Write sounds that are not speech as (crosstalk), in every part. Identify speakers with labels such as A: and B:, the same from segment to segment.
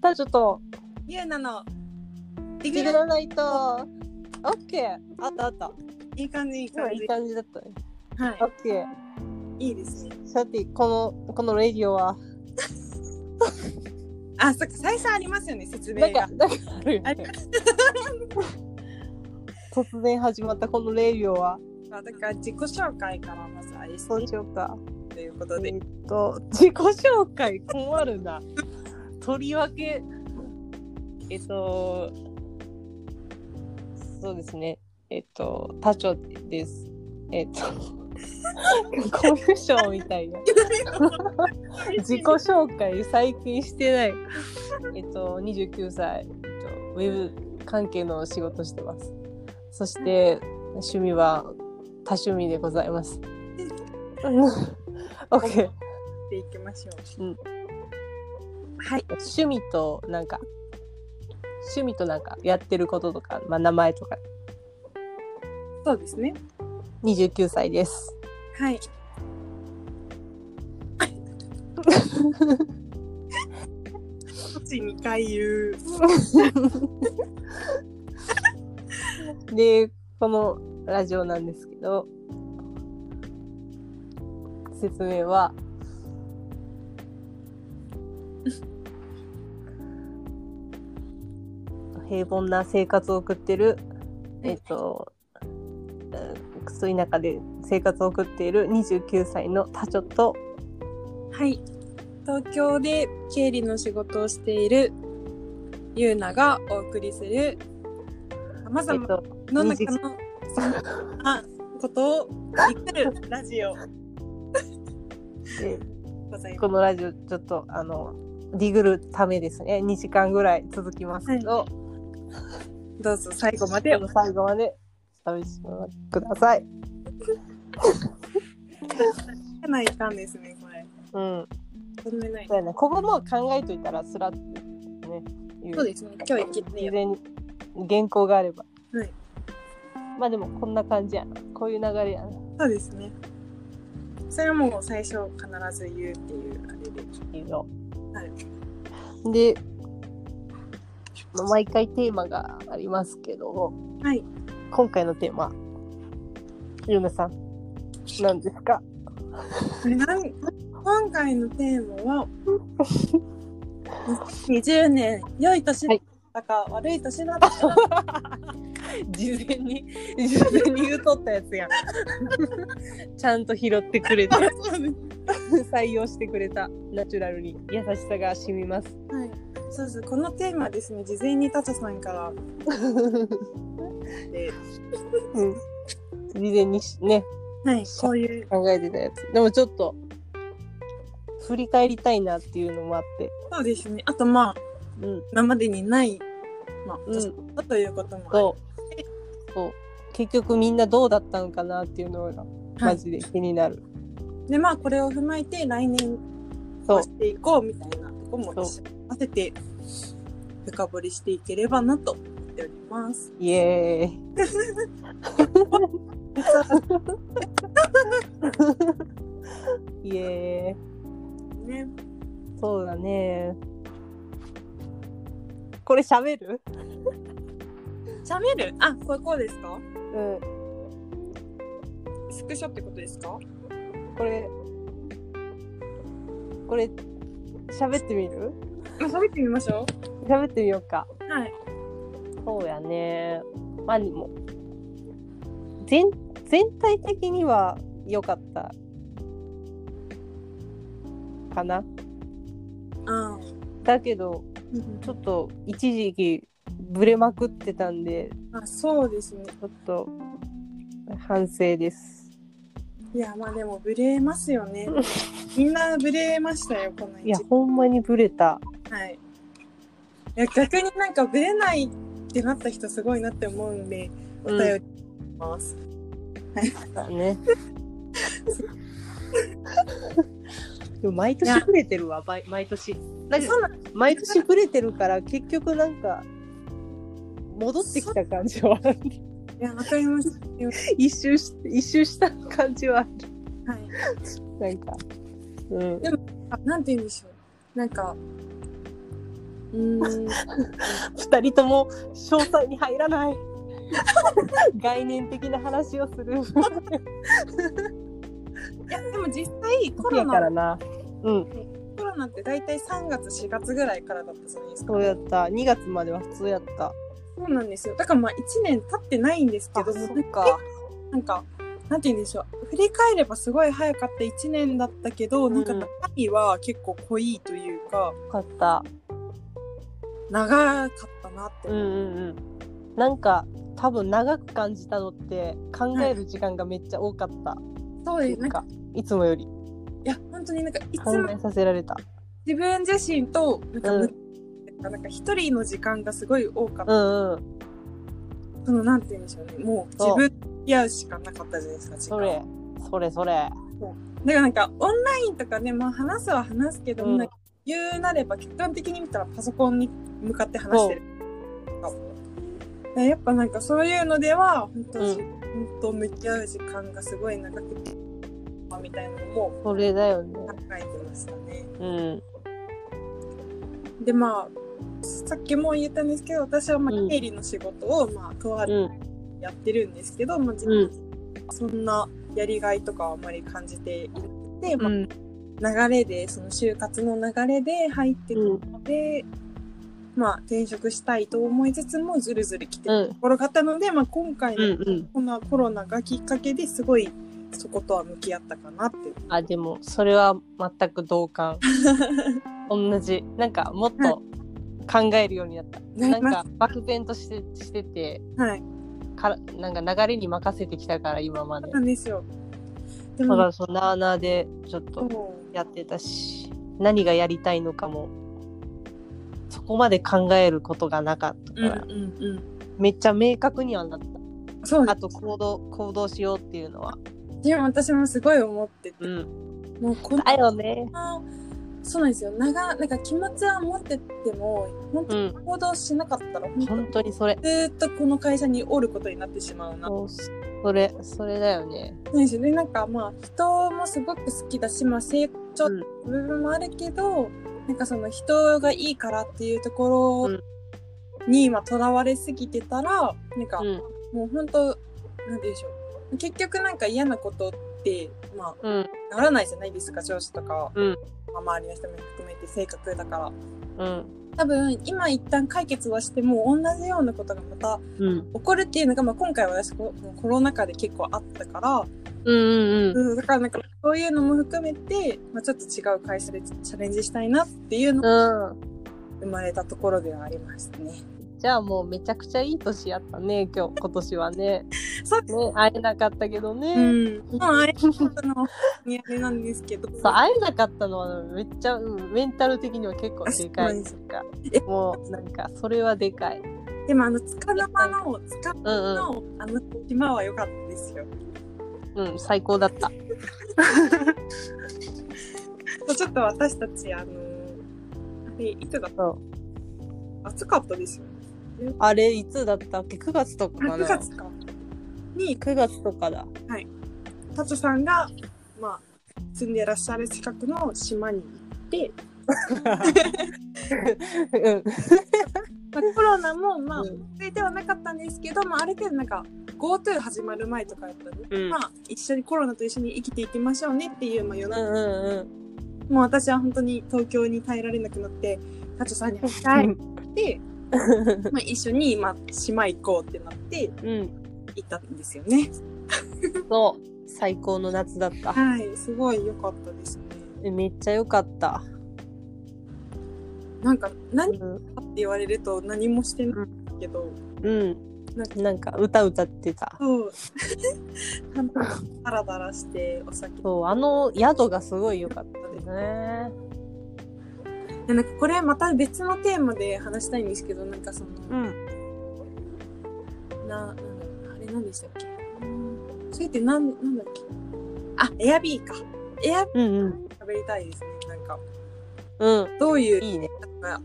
A: 彼女と
B: ゆうなの
A: デ
B: ディ
A: ィ
B: グ
A: グ
B: ラ
A: ラナイトオッケーあったあった
B: いい感じいい感
A: 今い
B: じ
A: い感じだったね
B: はい
A: オッケ
B: いいですね
A: ーさてこのこのレディオは
B: あそっか再三ありますよね説
A: な
B: 明
A: んか
B: が
A: なんかあるよ
B: あ
A: ね
B: (laughs) ります
A: 突然始まったこのレディオは
B: だから自己紹介からまずあり
A: そ
B: そう
A: うしようか
B: ということ
A: え
B: で
A: ーっと自己紹介困るなとりわけえっとそうですねえっと他長ですえっと (laughs) コミュ障みたいな自己紹介最近してない (laughs) えっと29歳、えっと、ウェブ関係の仕事してますそして趣味は多趣味でございます (laughs) OK
B: っていきましょう、
A: うん
B: はい
A: 趣味となんか趣味となんかやってることとか、まあ、名前とか
B: そうですね
A: 29歳です (laughs)
B: はい (laughs) こっち2回言う
A: でこのラジオなんですけど説明は (laughs) 平凡な生活を送ってるえっと、うんクソ田舎で生活を送っている29歳のタチョと
B: はい東京で経理の仕事をしているゆうながお送りするさまざ
A: えっ
B: ま
A: と
B: の中
A: (laughs)
B: のあことをいくるラジオで
A: で
B: ございま
A: このラジオちょっとあのディグるためですね2時間ぐらい続きますけど、
B: すどうぞ最後ま
A: ち
B: で
A: ょっと最後までお楽しみください。
B: 泣いたんですねこれ
A: うん、
B: とんでもない
A: そうやねここも考えといたらスラッとね言
B: そうですね今日いきなり
A: 事前に原稿があれば、
B: はい
A: まあでもこんな感じやなこういう流れやな
B: そうですねそれはもう最初必ず言うっていうあれで
A: っていうの。
B: は
A: で、まあ毎回テーマがありますけど、
B: はい
A: 今回のテーマ、ゆうなさん、何ですか
B: これなん今回のテーマは2020年良い年だったか、悪い年だったか
A: 事前に、事前に言うとったやつ (laughs) やん。ちゃんと拾ってくれて、採用してくれた、ナチュラルに優しさが染みます。
B: はい、そうですこのテーマですね事前にタチャさんからで、
A: うん事前にしね、
B: はい、こういう
A: 考えてたやつ。でもちょっと、振り返りたいなっていうのもあって、
B: そうですねあとまあ
A: うん。
B: 今までにない、まあ、
A: うん
B: 年だということもある
A: そうそう結局みんなどうだったのかなっていうのがマジで気になる、
B: でまあこれを踏まえて来年
A: そ
B: を
A: う
B: していこうみたいなとこも一緒に合わせて深掘りしていければなと思っております。
A: イエーイイエーイ
B: ね、
A: そうだねこれ喋る
B: 喋るあこれこうです
A: う
B: か
A: ん
B: スクショってことですか
A: これこれ喋ってみる
B: あ喋ってみましょ
A: 喋ってみようか
B: う。はい。
A: そうやねまあでも全全体的には良かったかな
B: あ
A: だけどちょっと一時期ブレまくってたんで
B: あそうですね。
A: ちょっと反省です
B: いやまあでもブレますよね。みんなブレましたよこの
A: いや
B: 一
A: ほんまにブレた
B: はい。いや逆になんかブレないってなった人すごいなって思うんでお便りします。
A: だね (laughs) でも毎年ブレてるわ毎毎年なんか
B: そうなん
A: 毎年ブレてるから結局なんか戻ってきた感じはある
B: いやわかります。
A: 一周し一周した感じはある
B: は
A: な
B: い。
A: んかうん
B: あなんて言うんでしょうなんかうん。 (laughs)
A: 二人とも詳細に入らない概念的な話をする
B: いや、でも実際、コロ
A: やから
B: ナ、
A: なうん
B: コロナって大体3月、4月ぐらいからだったじゃないですか。
A: そうやった2月までは普通やった
B: そうなんですよ。だからまあ1年経ってないんですけども、なんか、なんて言うんでしょう。振り返ればすごい早かった1年だったけど、なんか
A: うん
B: 中身は結構濃いというか、
A: よかった
B: 長かったなって
A: うん
B: 思う。
A: うんうんなんか多分長く感じたのって考える時間がめっちゃ多かった、
B: そう
A: い、
B: です。な
A: う
B: んか、
A: かいつもより
B: いや、本当になんか、いつ
A: 考
B: も
A: えさせられた
B: 自分自身と、なんか、
A: うん
B: むなんか一人の時間がすごい多かっ
A: う
B: た。
A: んうん
B: その、なんて言うんでしょうね。もう自
A: そう
B: 分と付き合うしかなかったじゃないですか、時
A: そ
B: 間。
A: れそれそれ
B: だからなんかオンラインとかね、まあ、話すは話すけど、
A: うん
B: なんか言うなれば客観的に見たらパソコンに向かって話してる。だからやっぱなんかそういうのでは本当に、
A: う
B: 本当向き合う時間がすごい長くてみたいなのも
A: それだよね
B: 考えてましたね。
A: うん
B: でまあさっきも言ったんですけど私はま
A: う
B: あ
A: ん
B: 経理の仕事をまあとあ
A: う
B: る
A: ん
B: やってるんですけど、まあ、実
A: う
B: は
A: ん
B: そんなやりがいとかはあんまり感じていなくて、まあ
A: うん
B: 流れでその就活の流れで入ってくるので、まあ転職したいと思いつつもずるずる来て
A: う
B: る
A: ん
B: ところがあったので、まあ、今回
A: う
B: の
A: んうん
B: このコロナがきっかけですごいそことは向き合ったかなって。
A: あでもそれは全く同感同じなんかもっと考えるようになったなんか漠然としてしてて
B: はい、
A: からなんか流れに任せてきたから今まで
B: なんですよ。で
A: だか
B: も
A: らそのなあなあでちょっと
B: そう
A: やってたし何がやりたいのかもそこまで考えることがなかった
B: うん
A: か
B: う
A: ら、
B: ん
A: めっちゃ明確にはなっ
B: うん、そう
A: た
B: で
A: あと行動行動しようっていうのは
B: すも私もすごい思ってて、
A: うん
B: もうこん
A: だよね
B: なそうなんですよ長なんか気持ちは持ってても本当に行動しなかったら、
A: 本当にそれ
B: ずーっとこの会社におることになってしまうな。
A: そうそれそれだよね
B: そうですよね。なんかまあ人もすごく好きだし、まあ成長
A: うん
B: 部分もあるけど、なんかその人がいいからっていうところに今とらわれすぎてたら、なんか
A: うん
B: もう本当、なんて言うんでしょう。結局なんか嫌なことって、ま
A: うん
B: あならないじゃないですか、上司とか、
A: うん
B: まあ周りの人も含めて性格だから。
A: うん
B: 多分今一旦解決はしても同じようなことがまた
A: うん
B: 怒るっていうのが、まあ、今回は私こもうコロナ禍で結構あったから、
A: うんうん
B: うん、だからなんかそういうのも含めて、まあ、ちょっと違う会社でチャレンジしたいなっていうのが
A: うん
B: 生まれたところではありましたね。
A: じゃあもうめちゃくちゃいい年やったね今日今年はね
B: そうです
A: ね会えなかったけどね、
B: うん。まあ、あれの、にあれなんですけど。
A: そう会えなかったのはめっちゃ、うん、メンタル的には結構でかい
B: あ
A: とかもうなんかそれはでかい
B: でも、あの、つかの間の、つか
A: うんうん
B: の、あの、島は良かったですよ。
A: うん最高だった
B: ちょっと私たち、あの、あれ、いつだ
A: そう
B: 暑かったですよね。
A: あれいつだったっけ9月とかか
B: 9
A: な
B: 月か。に、
A: 9月とかだ
B: タチョさんが、まあ、住んでらっしゃる近くの島に行って、
A: (laughs) (laughs) うん
B: まあ、コロナも、まあ、
A: うん
B: 続いてはなかったんですけど、まあ、ある程度なんか GoTo 始まる前とかやったら、ね
A: うん
B: まあ、一緒にコロナと一緒に生きていきましょうねっていう、まあ、夜
A: う
B: な、
A: んうん
B: もう私は本当に東京に耐えられなくなってタチョさんに会いた
A: (laughs)
B: いって言って、
A: う
B: まあ、一緒に、まあ、島行こうってなって
A: んうん
B: 行ったんですよね
A: そう最高の夏だった
B: はいすごい良かったですね
A: えめっちゃ良かった、
B: なんか
A: う
B: 何か
A: ん
B: って言われると何もしてないけど、
A: うん
B: なんか
A: なんか歌歌ってた
B: そう (laughs) なんかダラダラしてお酒
A: そうあの宿がすごい良かったですね
B: でなんかこれまた別のテーマで話したいんですけどなんかその、
A: ん
B: ななんだろうあれ何でしたっけそれってなんなんだっけあエアビーかエアビ
A: うんう
B: ー
A: ん
B: 喋りたいですねなんか
A: うん
B: どういう
A: いいね
B: のがあっ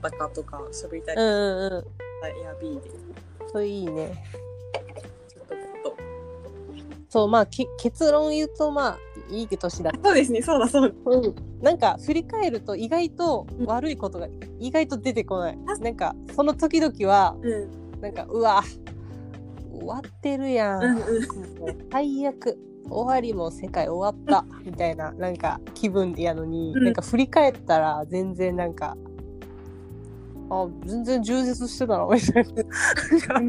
B: たかとか喋りたい、
A: うんうんうん
B: エアビーで
A: そういいね
B: ちょっと
A: そうまあけ結論言うとまあいい年だ、
B: そうですね、そうだそうだ。
A: なんか振り返ると意外と悪いことが意外と出てこない、なんかその時々は
B: うん。
A: なんかうわ終わってるや
B: うん
A: ん
B: うん。
A: 最悪終わりも世界終わったみたいななんか気分やのに、
B: うん
A: なんか振り返ったら全然なんかあ全然充実してたなみたいな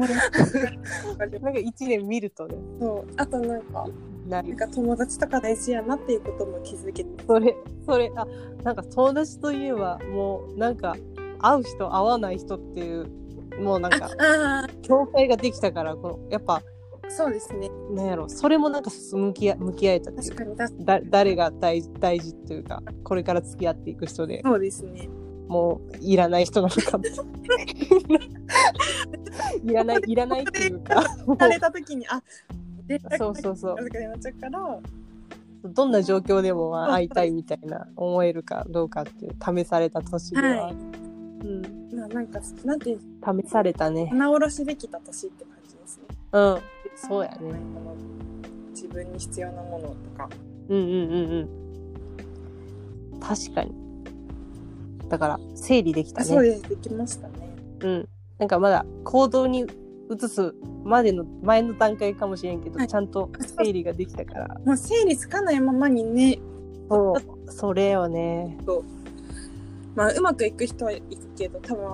A: なんか一年見るとね
B: そう。あとなんか、
A: ない
B: なんか友達とか大事やなっていうことも気づけて。
A: それそれあなんか友達といえばもうなんか会う人会わない人っていうもうなんか
B: ああ、
A: 境界ができたからこのやっぱ
B: そうですね。
A: なんやろそれもなんか向き合向き合えたってい
B: 確
A: う
B: かに、確かに
A: だ誰が大事大事っていうかこれから付き合っていく人で
B: そうですね。
A: もういらない人なのかもいらないいらないっていうかもう
B: された時に、あ、で
A: そうそうそう
B: とかになっちゃうから、
A: どんな状況でもまあ会いたいみたいな思えるかどうかっていう試された年では、
B: はい
A: うん、
B: まあなんか、なんていうの、
A: 試されたね
B: 棚卸しできた年って感じですね。
A: うんそうや
B: なん
A: ね
B: かこの自分に必要なものとか。
A: うんうんうんうん確かにだから整理できた
B: あそう
A: ね
B: です、できましたね。
A: うんなんかまだ行動に移すまでの前の段階かもしれんけど、
B: はい
A: ちゃんと整理ができたから
B: もう整理つかないままにね、
A: そうそれよね
B: まあうまくいく人はいくけど、多分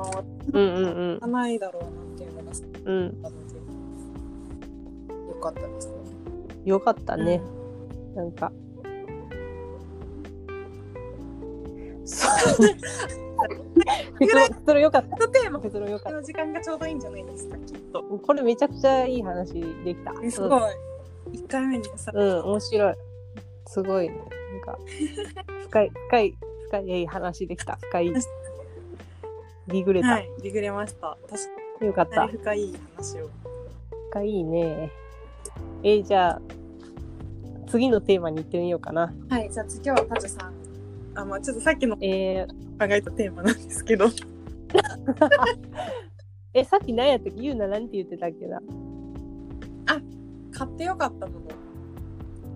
A: うんうんうん
B: 合わないだろうなっていうのがあ
A: うん、
B: ったので、よかったですね。
A: よかったね、なん
B: (laughs)
A: か。
B: (laughs)
A: そう。結論、結論よかっ
B: うん。とテーマ
A: た。、結論よかっ
B: の時間がちょうどいいんじゃないですか、きっと。
A: た。これめちゃくちゃいい話できた。
B: えすごい。1回目にさ、
A: うん、面白い。すごいね。なん
B: (laughs)
A: か、深い、深い、深い、いい話できた。深い。リグレた。
B: はい、リグれました。確
A: よかっ
B: か
A: た
B: に。深い話を。
A: 深いね。えーじゃあ、次のテーマに行ってみようかな。
B: はい、じゃあ次はパチョさん。あ、まあちょっとさっきの考
A: えー
B: えたテーマなんですけど。
A: え、さっき何やったっけゆうな何て言ってたっけな
B: 買ってよかったもの。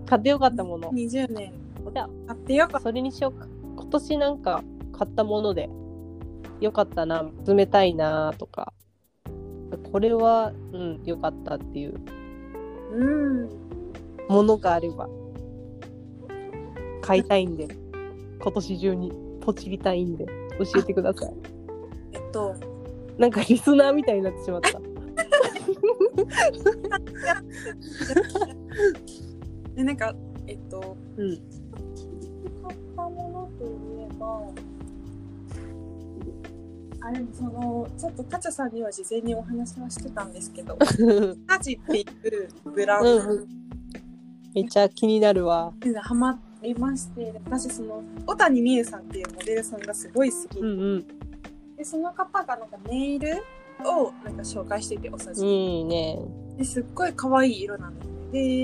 A: 買ってよかったもの。
B: 20年。
A: じゃあ
B: 買ってよかっ
A: それにしようか今年なんか買ったものでよかったな冷たいなとかこれはうんよかったっていう
B: た。うん。
A: ものがあれば買いたいんで今年中にポチりたいんで教えてくだ (laughs) さい
B: えっと、
A: なんかリスナーみたいになってしまった
B: でなんか、えっと、
A: うん
B: 買ったものといえば、あれもその、ちょっとタチャさんには事前にお話はしてたんです
A: (laughs)
B: けど、
A: うん
B: タチっていうブラン
A: う
B: ド
A: ん (laughs) めっちゃ気になるわ
B: にハマりまして、私その、小谷美優さんっていうモデルさんがすごい好き
A: う
B: で、
A: んうん
B: その方がなんかネイルをなんか紹介していて、おさじ、
A: いいね
B: ですっごい可愛い色なんですね。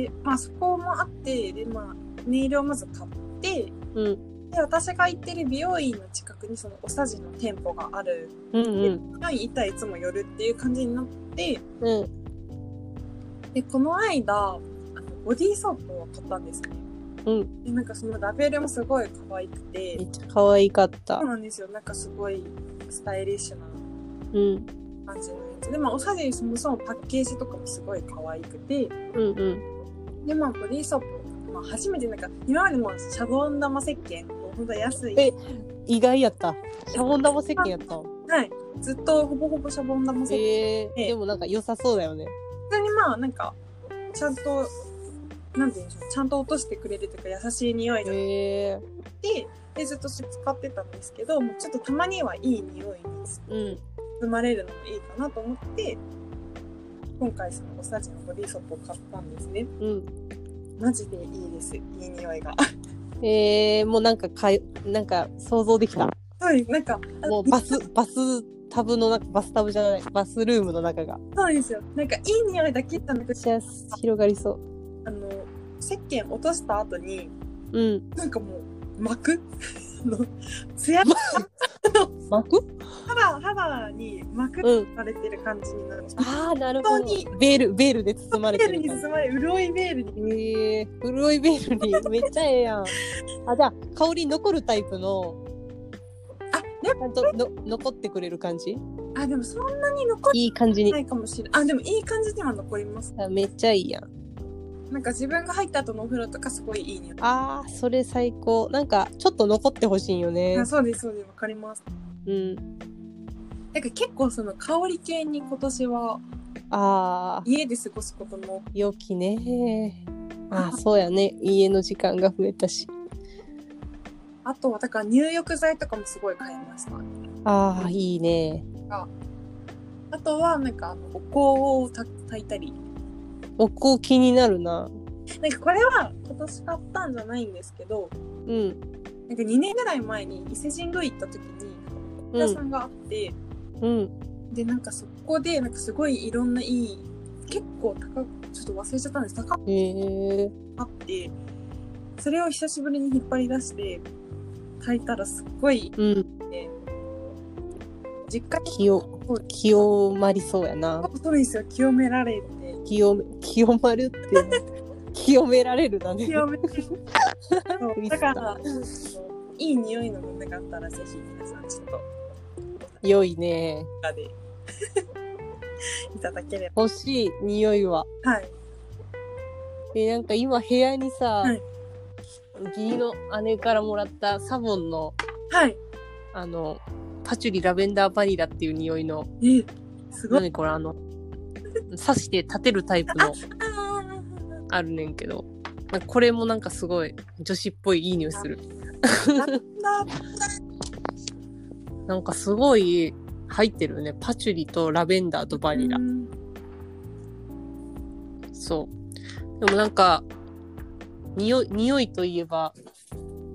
B: で、まあそこもあって、で、まあ、ネイルをまず買って、
A: うん
B: で私が行ってる美容院の近くにそのおさじの店舗がある
A: うんうん
B: 美容院行ったらいつも寄るっていう感じになって
A: うん
B: でこの間あのボディーソープを買ったんですね
A: うん
B: でなんかそのラベルもすごい可愛くて
A: めっちゃ可愛かった
B: そうなんですよなんかすごいスタイリッシュな
A: うん
B: 感じのやつでまあおさじそもそもパッケージとかもすごい可愛くて
A: うんうん
B: でまあボディーソープ、まあ、初めてなんか今までもシャボン玉石鹸もうほんと安い
A: え意外やったシャボン玉石鹸やったの
B: はいずっとほぼほぼシャボン玉石
A: えー、
B: 鹸ええ
A: でもなんか良さそうだよね
B: 普通にまあなんかちゃんとなんて言うんでしょうちゃんと落としてくれるというか優しい匂いがして、
A: へえ
B: でずっとそれ使ってたんですけどもうちょっとたまにはいい匂いに
A: うん
B: 包まれるのもいいかなと思って今回そのおさじのボディソープを買ったんですね
A: うん
B: マジでいいですいい匂いが
A: えー、もうなんかかいなんか想像できた
B: そうですなんかあ
A: もうバスバスタブの中バスタブじゃないバスルームの中がめ
B: そうですよなんかいい匂いだけじゃなく
A: ってちゃ広がりそ
B: あの石鹸落とした後に
A: ううん
B: (laughs) なんかもう膜あの艶が
A: 膜
B: 幅幅に巻く
A: うん。
B: されてる感じになるんです。
A: ああ、なるほど
B: 本当に。
A: ベール、ベールで包まれ
B: ベ
A: て
B: ール
A: る
B: に
A: 感じ。
B: 包まれ、潤いベールに。
A: ええー、黒いベールにめっちゃええ (laughs) やん。あ、じゃあ、香り残るタイプの、
B: あ、でも、
A: ちゃんとの残ってくれる感じ
B: あ、でもそんなに残っ
A: いい感じ
B: て
A: に
B: な。いかもしれない。あ、でもいい感じには残ります。
A: あめっちゃいいやん。
B: なんか自分が入った後のお風呂とかすごいいい匂い。
A: ああ、それ最高。なんか、ちょっと残ってほしいんよね
B: あ。そうです、そうです、わかります。
A: うん。
B: なんか結構その香り系に今年は
A: ああ、
B: 家で過ごすことも
A: 良きね。ああ、そうやね。家の時間が増えたし。
B: あとはだから入浴剤とかもすごい買いました。
A: ああ、いいね。
B: あとはなんかあのお香をた炊いたり。
A: お香気になるな。
B: なんかこれは今年買ったんじゃないんですけど、
A: うん。
B: なんか2年ぐらい前に伊勢神宮行った時にお
A: う
B: 客さ
A: ん。
B: んがあって、
A: うん。
B: でなんかそこでなんかすごいいろんないい結構高くちょっと忘れちゃったんです高く
A: へえ
B: あってそれを久しぶりに引っ張り出して炊いたらすっごい
A: うん。
B: 実家に
A: 清、清まりそうやな。
B: そうですよ清められて
A: 清め、清まるって、 (laughs) 清められるだね。
B: 清めそう
A: ミス
B: だ
A: った
B: から (laughs) いい匂いのものがあったらぜひ皆さんちょっと
A: 良いね。
B: 中でいただけれ
A: 欲しい匂いは。
B: ばはい
A: え、なんか今部屋にさ
B: はい、
A: 義理の姉からもらったサボンの、
B: はい
A: あの、パチュリラベンダーバニラっていう匂いの、
B: えすごい
A: 何これあの、刺して立てるタイプの
B: あ
A: あるねんけど、なんかこれもなんかすごい女子っぽいいい匂いする。
B: ーなんだ
A: なんかすごい入ってるよね。パチュリとラベンダーとバニラ
B: う。ん
A: そう。でもなんか、匂い、匂いといえば、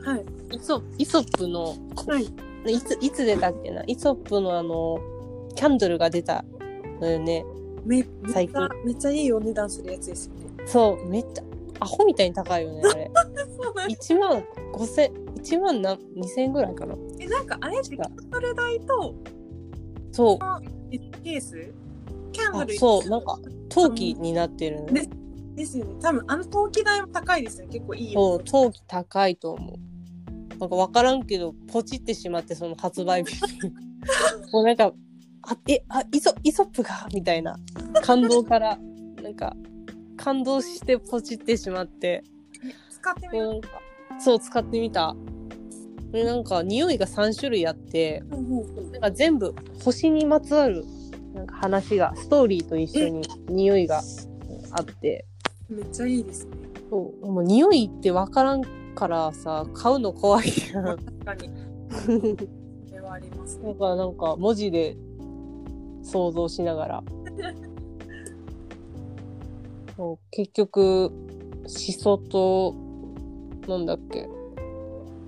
B: はい
A: イソイソップの、
B: はい
A: ねいつ、いつ出たっけなイソップのあの、キャンドルが出たのよね。
B: めめっ
A: 最
B: ちゃ
A: 近
B: めっちゃいいお値段するやつですよね。
A: そう、めっちゃ、アホみたいに高いよね、あれ。1万5千、1万な2千ぐらいかな。
B: えなんかあれってキャンドル代と
A: そう、
B: えケースキャンド
A: あ
B: ル
A: そう、なんか、陶器になってるね。
B: ですよね。多分あの陶器代も高いですよね。結構いいよ。
A: そう、陶器高いと思う。なんかわからんけど、ポチってしまって、その発売日に。もうなんか、あ、え、あ、イソ、イソップがみたいな。感動から、なんか、感動してポチってしまって、
B: 使ってみ
A: で
B: よ
A: なんか、そう、使ってみた。で、なんか、匂いが3種類あって、
B: う。ほうほうほう
A: なんか全部、星にまつわる、なんか話が、ストーリーと一緒に匂いがあって、
B: めっちゃいいですね。
A: そう、もう匂いってわからんからさ、買うの怖いやん。
B: 確かに。それはあります
A: だ
B: ね。
A: からなんか文字で想像しながらそう結局しそとなんだっけ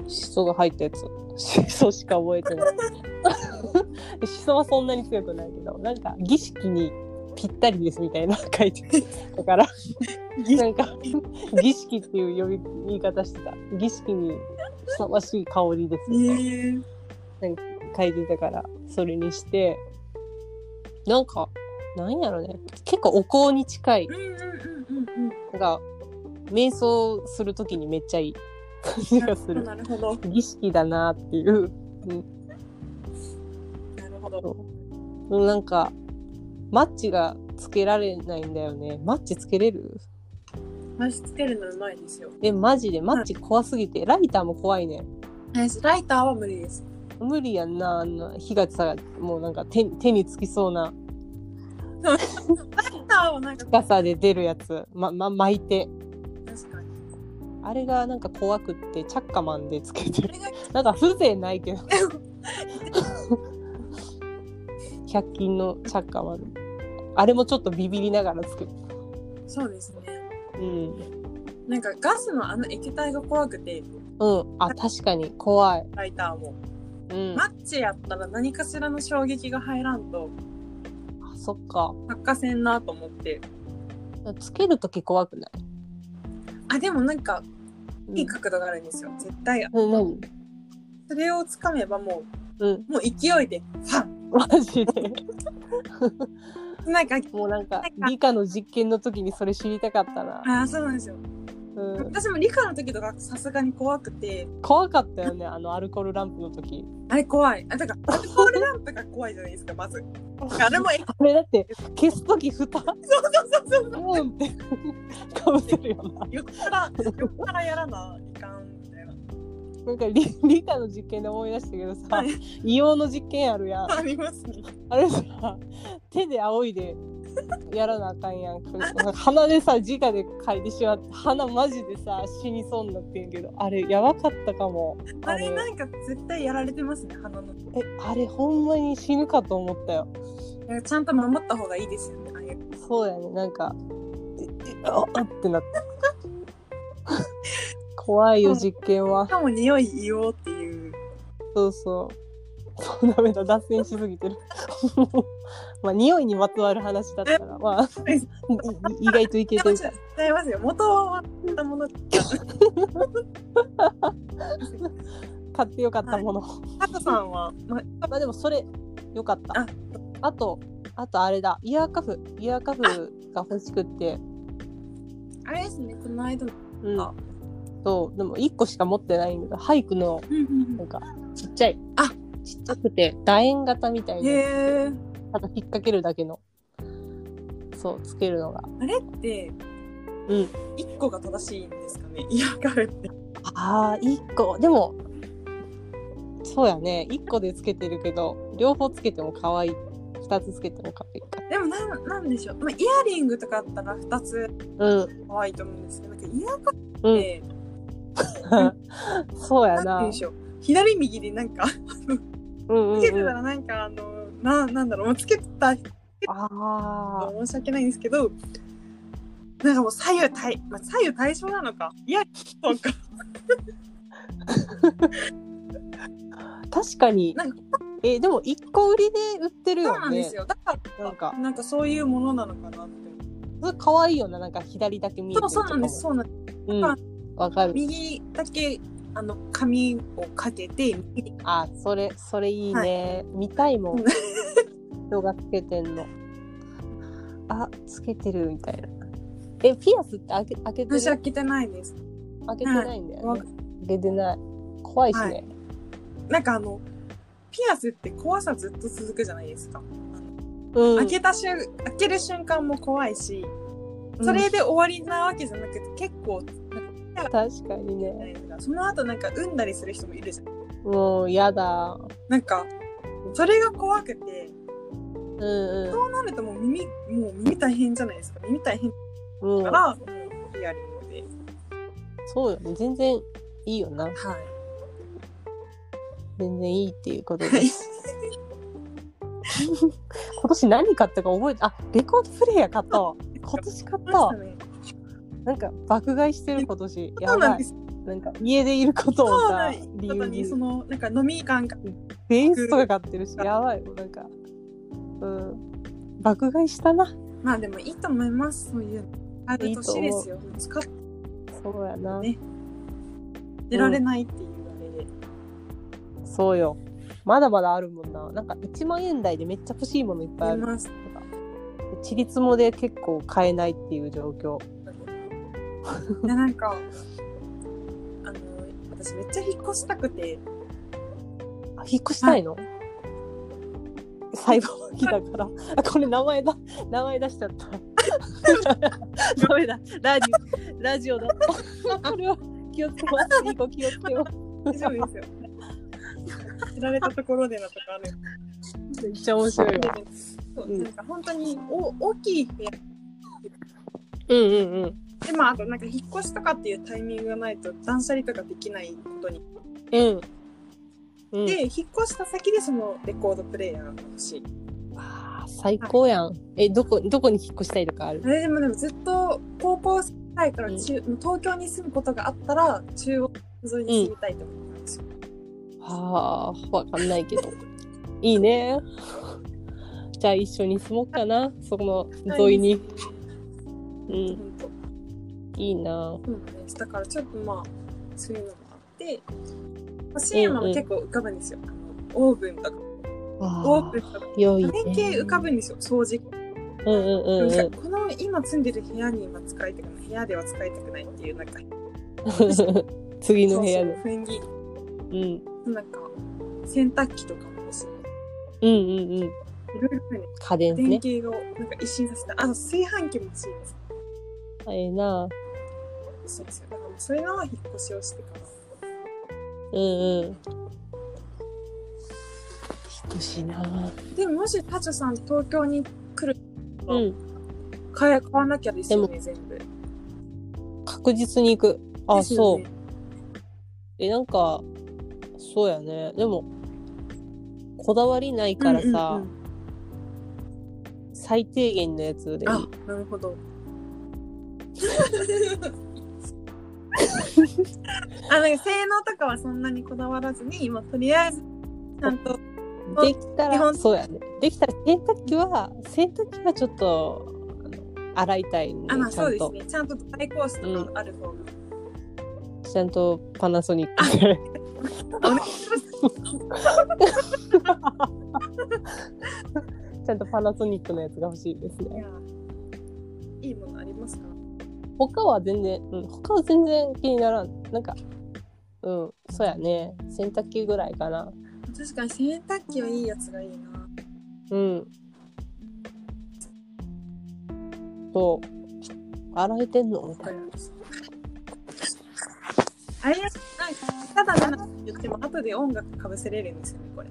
A: しそが入ったやつしそしか覚えてないしそはそんなに強くないけどなんか儀式にぴったりですみたいなの書いてだからなんか儀式っていう呼び言い方してた儀式にふさわしい香りですみたいな
B: ねえ
A: 書いてたからそれにしてなんかなんやろね結構お香に近い
B: うんうんうんうんうん。
A: が瞑想する時にめっちゃいい感じがする
B: なるほど。
A: 儀式だなっていう
B: なるほど。
A: そうでもなんかマッチがつけられないんだよねマッチつけれる
B: 私つけるのうまいですよ。
A: えマジでマッチ怖すぎてライターも怖いねん
B: 私ライターは無理です。
A: 無理やんなあんな火がさもうなんか手手につきそうな
B: ライターはなんか
A: 深さで出るやつ、まま、巻いて
B: 確かに。
A: あれがなんか怖くってチャッカマンでつけて
B: あ
A: る。 (laughs)
B: れが
A: なんか風情ないけど。100均のチャッカマン。あれもちょっとビビりながらつける。
B: そうですね。
A: うん。
B: なんかガスのあの液体が怖くて、
A: うん。あ、確かに怖い。
B: ライターも。
A: うん。
B: マ
A: あ、
B: ッチやったら何かしらの衝撃が入らんと、
A: そっか。
B: 発火せんなと思って。
A: つけるとき怖くない、
B: あ、でもなんか、
A: うん
B: いい角度があるんですよ。絶対。
A: うん、何
B: それをつかめばも
A: うん、
B: もう勢いでファン
A: マジで。
B: なんか
A: もうなんか、理科の実験の時にそれ知りたかったな。
B: ああそうなんですよ
A: うん、
B: 私も理科の時とかさすがに怖くて
A: 怖かったよね、あのアルコールランプの時。
B: あれ怖いあだからアルコールランプが怖いじゃないですかまずあれもえ
A: あれだって、消す時蓋、
B: そうそうそう
A: ボンって、かぶせるよな。
B: 横から横からやらないかんみたいな
A: なんか理理科の実験で思い出したけどさ、
B: はい
A: 硫黄の実験あるやん。
B: ありますね
A: あれさ、手で仰いでやらなあかんやん。これなんか鼻でさ、直で嗅いでしまって、鼻マジでさ、死にそうになってんけど、あれやばかったかも。
B: あれなんか絶対やられてますね鼻の
A: え、あれほんまに死ぬかと思ったよ。
B: なんかちゃんと守った方がいいですよねああいう
A: そうやね、なんか、ええああってなった。怖いよ、実験は。
B: しかも匂い言おうっていう
A: そうそう。そうダメだ、脱線しすぎてる。 (laughs) まあ、匂いにまつわる話だったら、まあ、いい意外といけ
B: い (laughs)
A: て
B: や
A: る
B: 違。いますよ元はあったもの
A: 買ってよかったもの。
B: 加藤さんは、ま、
A: まあ、でも、それ、よかった
B: あ。
A: あと、あとあれだ、イヤーカフ、イヤーカフが欲しくって。
B: あれですねこの間の
A: うん
B: あ。
A: そう、でも、一個しか持ってないんだけど、ハイクの、なんか、ちっちゃい。
B: あ
A: ちっちゃくて、楕円型みたい
B: へ
A: な。
B: え
A: ただ、引っ掛けるだけの。そう、つけるのが。
B: あれって
A: うん
B: 一個が正しいんですかねいやガルって
A: ああ1個でもそうやね1個でつけてるけど両方つけても可愛い2つつけても可愛いか
B: でもなんなんでしょう、まあ、イヤリングとかあったら二つ
A: うん
B: 可愛いと思うんですけどなんかイヤーカ
A: う
B: フ
A: ん
B: で、
A: (laughs) そうや
B: なんてい
A: な
B: うんでしょう左右でなんか
A: うんうん
B: つけてた
A: うん
B: らなんかあのななんだろうもうつけた人
A: あ
B: は申し訳ないんですけどなんかもう左右対、まあ、左右対称なのかイヤリングとか
A: ー確かに
B: なんか
A: えでも1個売りで売ってる
B: そう
A: よ
B: なんで
A: ね
B: すよだから
A: なんか
B: なんかそういうものなのかなって
A: それ可愛いよななんか左だけ見えて
B: そ
A: る
B: うそうなんですそうなんです
A: うん
B: まあ
A: わかる
B: 右だけあの髪をかけて右に
A: あそれそれいいね、見たいもん人がつけてんのあつけてるみたいなえピアスって開け開けてる
B: 私は着てないです
A: 開けてないんだよ
B: わ
A: ね。開けてない。怖いしね。
B: なんかあのピアスって怖さずっと続くじゃないですか、
A: うん
B: 開けた瞬開ける瞬間も怖いしそれで終わりなわけじゃなくて結構
A: うん確かにね。
B: その後なんか産んだりする人もいるじゃん
A: もうやだ。
B: なんかそれが怖くて
A: うんうん。
B: そうなるともう耳もう耳大変じゃないですか耳大変
A: うん
B: だか、ら、もうイヤリングで
A: そうよね。全然いいよな。
B: はい
A: 全然いいっていうことです。 (laughs) 今年何買ったか覚えて、あ、レコードプレイヤー買ったわ。今年買ったわ。なんか爆買いしてる今年。
B: そ
A: や
B: うなん
A: ば
B: で
A: い。
B: す
A: なんか家でいることを
B: そう
A: さ
B: なんです、
A: 理
B: こと
A: 由
B: に
A: に
B: そ。のなんか飲み感が
A: ベースとか買ってるし、やばい。もうなんか、うん。爆買いしたな。
B: まあでもいいと思いますそういうのある年ですよ使っ
A: そうやな。
B: ねてられないっていうあれで、
A: そうよ。まだまだあるもんな。なんか1万円台でめっちゃ欲しいものいっぱいあ
B: 出
A: る。
B: ます
A: ちりつもで結構買えないっていう状況。
B: (laughs) いやなんかあの私めっちゃ引っ越したくて
A: あ、引っ越したいの、細胞期だから。あ、これ名前だ。名前出しちゃった。 (laughs) ダメだ。ラジオ、ラジオだった。これは気をつけます。ニコ気をつけます。
B: 大丈夫ですよ知られたところでのとかある
A: めっちゃ面白いわ。
B: そう
A: うん
B: なんか本当にお大きい部屋
A: うんうんうん。
B: でまああとなんか引っ越しとかっていうタイミングがないと断捨離とかできないことに
A: うん。うん、
B: で、引っ越した先でそのレコードプレイヤーが欲しい。
A: あー最高やん。え、どこ、どこに引っ越したいとかある
B: あれでもでもずっと高校生くらいから中、東京に住むことがあったら中央沿いに住みたいと思ったんですよ。
A: はあ、わかんないけど。いいね。じゃあ一緒に住もうかな、そこの沿いに。うん、
B: 本当。
A: いいな。
B: そうなんです。だからちょっとまあそういうのもあって、まあ、シーンも結構浮かぶんですよ。あのオーブンとかオーブンとか
A: 良いね。
B: 連携浮かぶんですよ掃除機
A: うんうんうんうん。
B: この今住んでる部屋に今使いたくない部屋では使いたくないっていうなんか
A: 次の部屋の。
B: そうそう雰囲気
A: うん。
B: なんか洗濯機とかもですね
A: うんうんうん。
B: いろいろね
A: 家電
B: 電
A: ね。
B: 気をなんか一新させたあと炊飯器も欲しいです
A: ええな。
B: そうですよだからそういうのは引っ越しをしてから
A: うんうん。引っ越しな。
B: でももしタチョさん東京に
A: うん。
B: 買え買わなきゃですよ
A: で
B: ね全部
A: 確実に行く。あ、
B: ですよ
A: そう
B: ね。
A: え、なんか、そうやね。でも、こだわりないから
B: う
A: さ
B: んう、ん
A: 最低限のやつで
B: うん、あなるほ (laughs) どあなんか性能とかはそんなにこだわらずに今とりあえずちゃんとあ
A: できた
B: 基
A: ら、
B: 本
A: そうやね。できたら洗濯機は、洗濯機はちょっと、あの洗いたいね。
B: あまあ
A: ちゃ
B: そうんです
A: と、
B: ねちゃんと対抗しとかある方が、
A: ちゃんとパナソニック。
B: お願いします
A: ちゃんとパナソニックのやつが欲しいです
B: い
A: ね。
B: やいいものありますか
A: 他は全然、うん、他は全然気にならん。なんか、うん、そうやね。洗濯機ぐらいかな。
B: 確かに洗濯機はいいやつがいいな
A: うん。そう。洗えてんのみたいな。
B: あれなんかただなんか言っても後で音楽かぶせれるんですよねこれ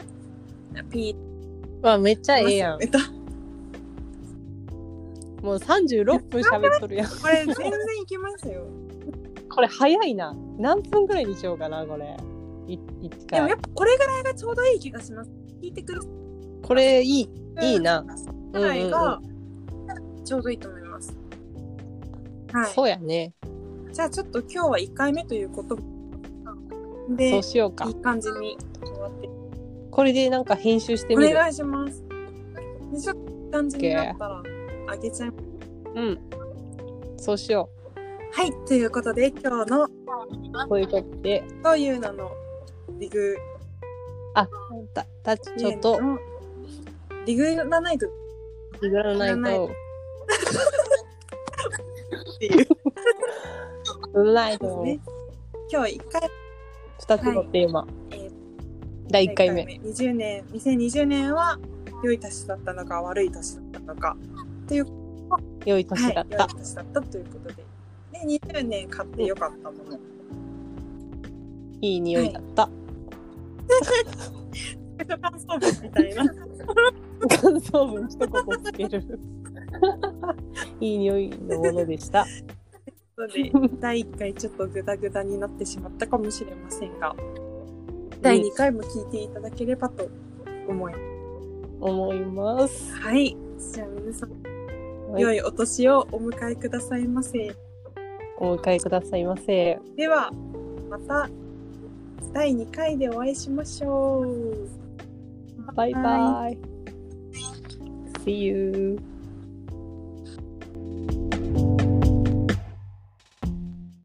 B: ピーって
A: まあ、めっちゃ
B: ますよ
A: え
B: ね
A: えやん。もう36分喋っとるやん。
B: これ全然いきますよ
A: これ早いな。何分ぐらいにしようかな、これ。い一
B: でも
A: 回
B: やっ。ぱこれぐらいがちょうどいい気がします聞いてくる
A: これいい。いいな。
B: ぐらいがちょうどいいと思います、はい
A: そうやね。
B: じゃあちょっと今日は1回目ということで、
A: そうしようか
B: い。い感じに終わって、
A: これでなんか編集して
B: お
A: みる。
B: 願いします。でちょっといい感じになったらあげちゃいます。
A: うん。そうしよ
B: はい、ということで今日の
A: う。こういうことで、
B: というののリグ
A: あ、た、たちちょっと、
B: のリグがないとっ
A: いぐらない
B: いらない
A: と、
B: ていうこ
A: ぐらない
B: とです
A: と、
B: ね。今日一回
A: 二つのテーマ。
B: えー
A: 第一回目。
B: 20年2020年は良い年だったのか悪い年だったのか
A: 良い年だっ
B: は
A: た
B: い、良。い年だったということでで20年買って良かった
A: (laughs)
B: もの
A: いい匂いだった。
B: 感想文みたいな。
A: 感想文一言つけ
B: (laughs)
A: る。いい匂いのものでした。
B: ので、第1回ちょっとグダグダになってしまったかもしれませんが、第2回も聞いていただければと思いま
A: 思います。
B: す。はい。じゃあ皆さん、
A: はい
B: 良いお年をお迎えくださいませ。
A: お迎えくださいませ。
B: では、また第2回でお会いしましょう。
A: バイバイ。See you.